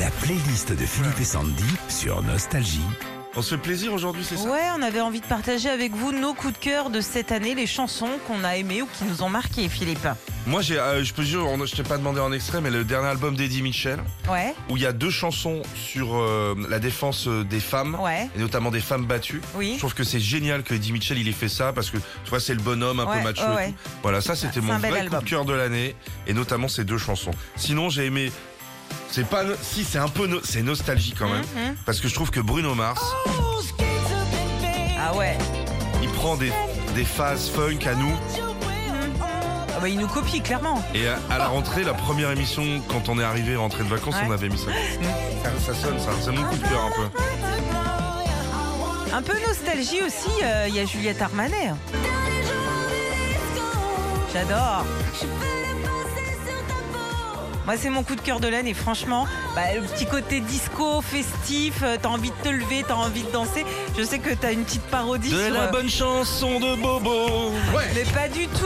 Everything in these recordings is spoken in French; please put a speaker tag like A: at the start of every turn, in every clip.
A: La playlist de Philippe et Sandy sur Nostalgie.
B: On se fait plaisir aujourd'hui, c'est ça
C: Ouais, on avait envie de partager avec vous nos coups de cœur de cette année, les chansons qu'on a aimées ou qui nous ont marquées, Philippe.
B: Moi, j'ai, euh, je peux dire, on- je t'ai pas demandé en extrait, mais le dernier album d'Eddie Mitchell,
C: Ouais,
B: où il y a deux chansons sur euh, la défense euh, des femmes,
C: ouais,
B: et notamment des femmes battues. Je
C: oui.
B: trouve que c'est génial que Eddie Mitchell il ait fait ça parce que tu vois c'est le bonhomme un peu
C: Ouais,
B: macho.
C: ouais,
B: et
C: ouais.
B: tout. Voilà ça c'était
C: c'est
B: mon
C: un bel
B: vrai
C: album.
B: coup de cœur de l'année et notamment ces deux chansons. Sinon j'ai aimé c'est pas no- si c'est un peu no- c'est nostalgie quand même
C: Mhm.
B: parce que je trouve que Bruno Mars
C: Ah ouais,
B: il prend des des phases funk à nous
C: Ah bah, il nous copie clairement.
B: Et à, à la rentrée, la première émission, quand on est arrivé rentrée de vacances,
C: Ouais.
B: on avait mis ça. Ça, ça sonne, ça. C'est mon coup de cœur un peu.
C: Un peu nostalgie aussi, euh, il y a Juliette Armanet. J'adore. Moi, c'est mon coup de cœur de l'année, franchement. Bah, le petit côté disco, festif, euh, t'as envie de te lever, t'as envie de danser. Je sais que t'as une petite parodie sur, euh,
B: bonne chanson de Bobo. Ouais.
C: Mais pas du tout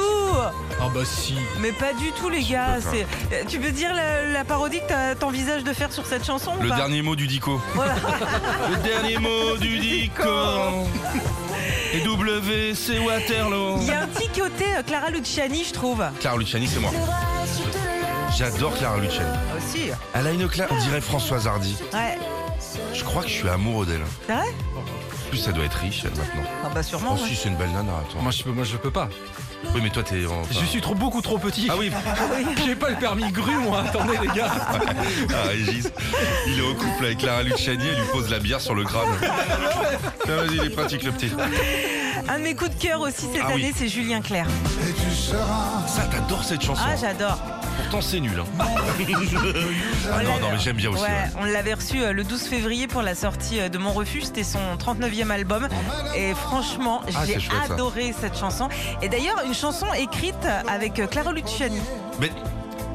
D: Ah bah si.
C: Mais pas du tout, les gars. C'est... Euh, Tu peux dire la, la parodie que t'as- t'envisages de faire sur cette chanson ou
B: Le
C: pas
B: dernier mot du Dico.
C: Voilà.
B: Le dernier mot du Dico. Et W, c'est Waterloo.
C: Il y a un petit côté euh, Clara Luciani, je trouve.
B: Clara Luciani, c'est moi. J'adore Clara Luciani.
C: Aussi.
B: Elle a une classe, on dirait Françoise Hardy.
C: Ouais.
B: Je crois que je suis amoureux d'elle.
C: C'est vrai
B: En plus, ça doit être riche, elle, maintenant.
C: Ah bah sûrement.
B: Oh,
C: ouais.
B: si, c'est une belle nana, attends.
D: Moi je, peux- moi je peux pas.
B: Oui, mais toi, t'es. enfin-
D: Je suis trop beaucoup trop petit.
B: Ah oui,
D: J'ai pas le permis grue moi. Attendez les gars.
B: Ah, Régis, il est en couple avec Clara Luciani, elle lui pose la bière sur le crâne. Tiens, vas-y, il est pratique le petit.
C: Un de mes coups de cœur aussi cette
B: Ah oui.
C: année, c'est Julien Clerc.
B: Ça, t'adores cette chanson.
C: Ah, j'adore.
B: Pourtant, c'est nul. hein. Ah non,
C: On l'a-
B: non, mais j'aime bien aussi.
C: Ouais,
B: ouais.
C: on l'avait reçu euh, le 12 février pour la sortie euh, de Mon Refuge. C'était son 39e album. Et franchement,
B: Ah,
C: j'ai
B: c'est chouette, ça.
C: adoré cette chanson. Et d'ailleurs, une chanson écrite avec euh, Clara Luciani.
B: Mais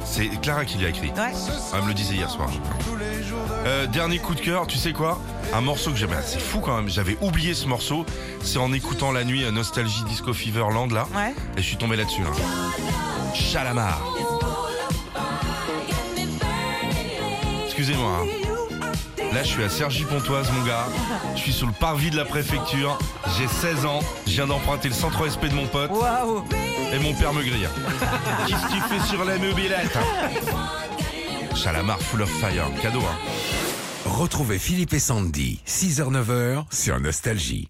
B: c'est Clara qui l'a écrit. Ah,
C: Ouais.
B: Elle me le disait hier soir. Euh, dernier coup de cœur, tu sais quoi Un morceau que j'aimais. C'est fou quand même. J'avais oublié ce morceau. C'est en écoutant la nuit euh, Nostalgie Disco Feverland là.
C: Ouais.
B: Et je suis tombé là-dessus. Là. Chalamar. Excusez-moi. hein. Là, je suis à Sergi Pontoise, mon gars. Je suis sous le parvis de la préfecture. J'ai 16 ans. Je viens d'emprunter le centre respect de mon pote.
C: Waouh.
B: Et mon père me grille. Qu'est-ce qu'il fait sur la meubilette Chalamar full of fire. Cadeau, hein.
A: Retrouvez Philippe et Sandy, 6h-9h sur Nostalgie.